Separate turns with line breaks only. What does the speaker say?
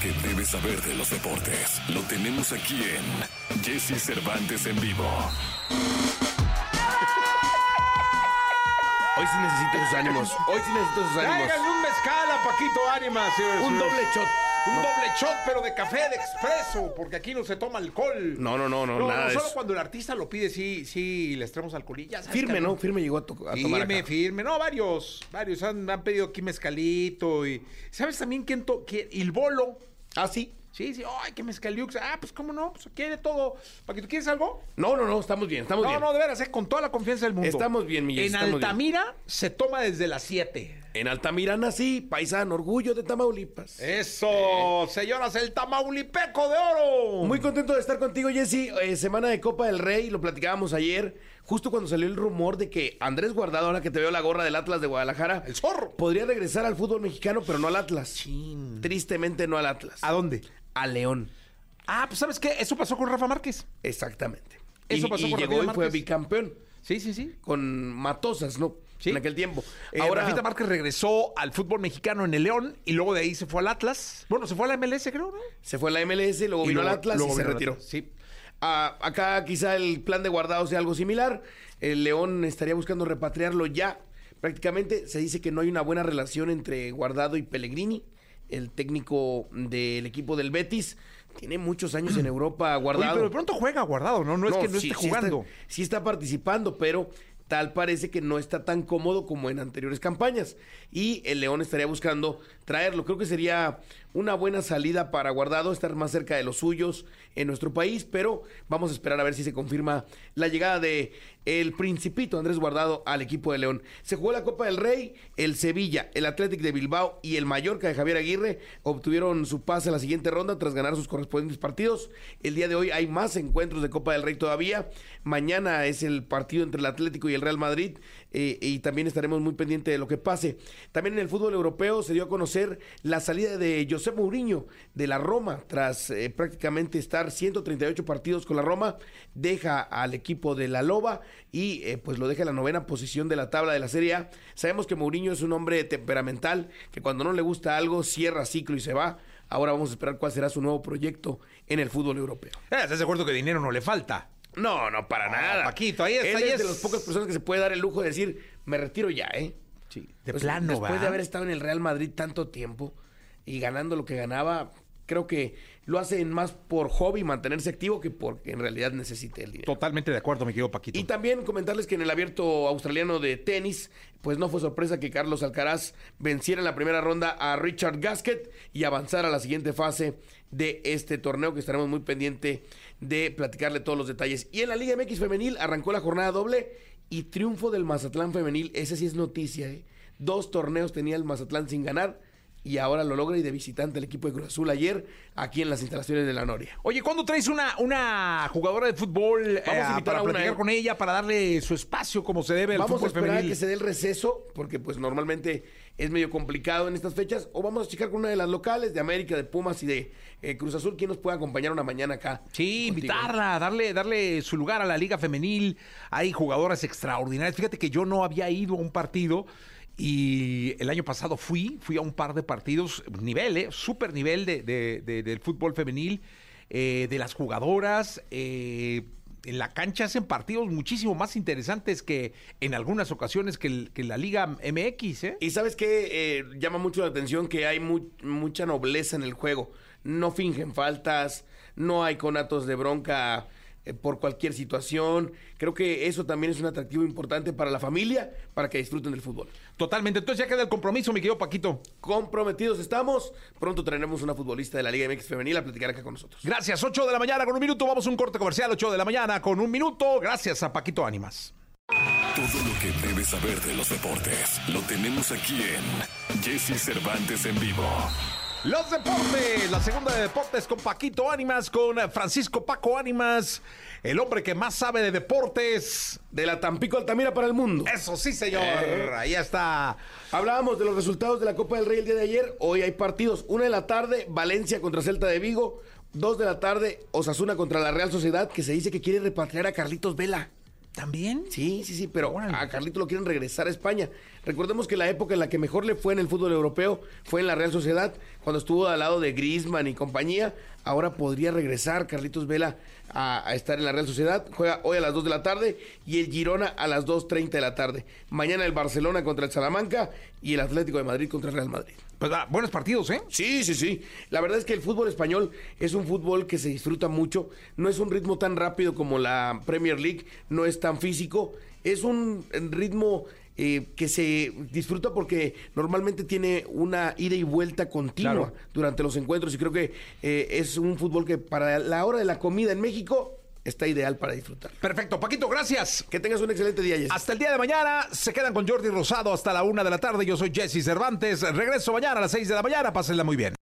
que debes saber de los deportes lo tenemos aquí en Jesse Cervantes en vivo.
Hoy sí necesito sus ánimos. Hoy sí necesito sus ánimos.
Traigan un mezcal a Paquito Ánimas, señores.
Un doble shot.
Un doble shot, pero de café de expreso, porque aquí no se toma alcohol.
No, no, no, no, nada de
solo
eso.
cuando el artista lo pide, sí, sí, les traemos alcohol. Y ya sabes que
Firme,
al-
¿no? Firme llegó a, to- a tomar
Firme,
acá.
firme. No, varios, varios han, han pedido aquí mezcalito y... ¿Sabes también quién? to- quién? El bolo.
¿Ah, sí?
Sí, sí, ay, qué mezcaliux. Ah, pues cómo no, pues quiere todo. Paquito, ¿quieres algo?
No, no, no, estamos bien, estamos
No,
bien.
no, de veras, eh, con toda la confianza del mundo.
Estamos bien, mi Jessy,
En
estamos bien.
Altamira se toma desde las 7.
En Altamirana sí, paisano, orgullo de Tamaulipas.
Eh. Eso, señoras, el Tamaulipeco de Oro.
Muy contento de estar contigo, Jesse. Eh, semana de Copa del Rey, lo platicábamos ayer, justo cuando salió el rumor de que Andrés Guardado, ahora que te veo la gorra del Atlas de Guadalajara,
El zorro.
podría regresar al fútbol mexicano, pero no al Atlas.
Chin.
Tristemente no al Atlas.
¿A dónde?
A León.
Ah, pues ¿sabes qué? Eso pasó con Rafa Márquez.
Exactamente.
Eso
y,
pasó
y
con
llegó y
Rafael
fue
Márquez.
bicampeón
Sí, sí, sí.
con Matosas, ¿no?
Sí.
En aquel tiempo.
Ahora
Ahora
Rafita Márquez regresó al fútbol mexicano en el León y luego de ahí se fue al Atlas. Bueno, se fue a la MLS, creo, ¿no?
se fue a la MLS, luego
Y
vino al
luego-
Atlas y
luego
se
vino al
retiró.
Atlas, Sí.
Ah, acá quizá el plan de guardado sea algo similar. El León estaría buscando repatriarlo ya. Prácticamente se dice que no hay una buena relación entre Guardado y Pellegrini, el técnico del equipo del Betis. Tiene muchos años en Europa
Oye,
guardado.
pero de pronto juega guardado, ¿no? No, es que no
sí-
esté
sí está-
jugando.
Sí está, participando, pero tal parece que no está tan cómodo como en anteriores campañas. Y el León estaría buscando traerlo. Creo que sería una buena salida para Guardado, estar más cerca de los suyos en nuestro país, pero vamos a esperar a ver si se confirma la llegada de el principito Andrés Guardado al equipo de León. Se jugó la Copa del Rey, el Sevilla, el Athletic de Bilbao y el Mallorca de Javier Aguirre obtuvieron su pase a la siguiente ronda tras ganar sus correspondientes partidos. El día de hoy hay más encuentros de Copa del Rey todavía. Mañana es el partido entre el Atlético y el Real Madrid eh, y también estaremos muy pendientes de lo que pase. También en el fútbol europeo se dio a conocer la salida de Josep Mourinho de la Roma tras eh, prácticamente estar 138 partidos con la Roma. Deja al equipo de la Loba y eh, pues lo deja en la novena posición de la tabla de la Serie A. Sabemos que Mourinho es un hombre temperamental que cuando no le gusta algo cierra ciclo y se va. Ahora vamos a esperar cuál será su nuevo proyecto en el fútbol europeo.
Eh, ¿Estás de acuerdo que dinero no le falta?
No, no, para
No,
nada.
Paquito, ahí está,
Él
ahí
es de
es-
las pocas personas que se puede dar el lujo de decir, me retiro ya, ¿eh?
Sí. Pues, De
Entonces,
plano,
Después
¿verdad?
de haber estado en el Real Madrid tanto tiempo y ganando lo que ganaba, creo que lo hacen más por hobby mantenerse activo que porque en realidad necesite el dinero.
Totalmente de acuerdo, mi querido Paquito.
Y también comentarles que en el abierto australiano de tenis, pues no fue sorpresa que Carlos Alcaraz venciera en la primera ronda a Richard Gasquet y avanzara a la siguiente fase de este torneo que estaremos muy pendiente de platicarle todos los detalles. Y en la Liga MX femenil arrancó la jornada doble y triunfo del Mazatlán femenil, esa sí es noticia, ¿eh? Dos torneos tenía el Mazatlán sin ganar y ahora lo logra y de visitante el equipo de Cruz Azul ayer aquí en las instalaciones de la Noria.
Oye, ¿cuándo traes una, una jugadora de fútbol
Vamos a
eh,
invitar
para
a una,
platicar
¿eh?
con ella, para darle su espacio como se debe al
vamos a
fútbol
esperar a
femenil?
que se dé el receso, porque pues normalmente es medio complicado en estas fechas, o vamos a checar con una de las locales, de América, de Pumas y de eh, Cruz Azul, quien nos puede acompañar una mañana acá. contigo.
Sí, invitarla, darle, darle su lugar a la Liga Femenil. Hay jugadoras extraordinarias. Fíjate que yo no había ido a un partido y el año pasado fui, fui a un par de partidos, nivel, ¿eh? Súper nivel de, de- de- del fútbol femenil, eh, de las jugadoras. eh, en la cancha hacen partidos muchísimo más interesantes que en algunas ocasiones que, el- que la Liga MX, ¿eh?
Y sabes que llama mucho la atención que hay mu- mucha nobleza en el juego. No fingen faltas, no hay conatos de bronca eh, por cualquier situación. Creo que eso también es un atractivo importante para la familia, para que disfruten del fútbol.
Totalmente. Entonces ya queda el compromiso, mi querido Paquito.
Comprometidos estamos. Pronto traeremos una futbolista de la Liga MX femenil a platicar acá con nosotros.
Gracias, 8 de la mañana con un minuto. Vamos a un corte comercial, 8 de la mañana con un minuto. Gracias a Paquito Ánimas.
Todo lo que debes saber de los deportes lo tenemos aquí en Jesse Cervantes en vivo.
Los deportes, la segunda de deportes con Paquito Ánimas, con Francisco Paco Ánimas, el hombre que más sabe de deportes.
De la Tampico Altamira para el mundo.
Eso sí, señor. Ahí está.
Hablábamos de los resultados de la Copa del Rey el día de ayer. Hoy hay partidos. Una de la tarde, Valencia contra Celta de Vigo. Dos de la tarde, Osasuna contra la Real Sociedad, que se dice que quiere repatriar a Carlitos Vela.
¿También?
Sí, sí, sí, pero
Órale.
a Carlitos lo quieren regresar a España. Recordemos que la época en la que mejor le fue en el fútbol europeo fue en la Real Sociedad, cuando estuvo al lado de Griezmann y compañía. Ahora podría regresar Carlitos Vela a, a estar en la Real Sociedad. Juega hoy a las 2 de la tarde y el Girona a las 2.30 de la tarde. Mañana el Barcelona contra el Salamanca y el Atlético de Madrid contra el Real Madrid.
Pues va, buenos partidos, ¿eh?
Sí, sí, sí. La verdad es que el fútbol español es un fútbol que se disfruta mucho. No es un ritmo tan rápido como la Premier League, no es tan físico. Es un ritmo eh, que se disfruta porque normalmente tiene una ida y vuelta continua
Claro.
durante los encuentros y creo que eh, es un fútbol que para la hora de la comida en México está ideal para disfrutar.
Perfecto, Paquito, gracias.
Que tengas un excelente día, Jessy.
Hasta el día de mañana se quedan con Jordi Rosado hasta la una de la tarde. Yo soy Jesse Cervantes. Regreso mañana a las seis de la mañana. Pásenla muy bien.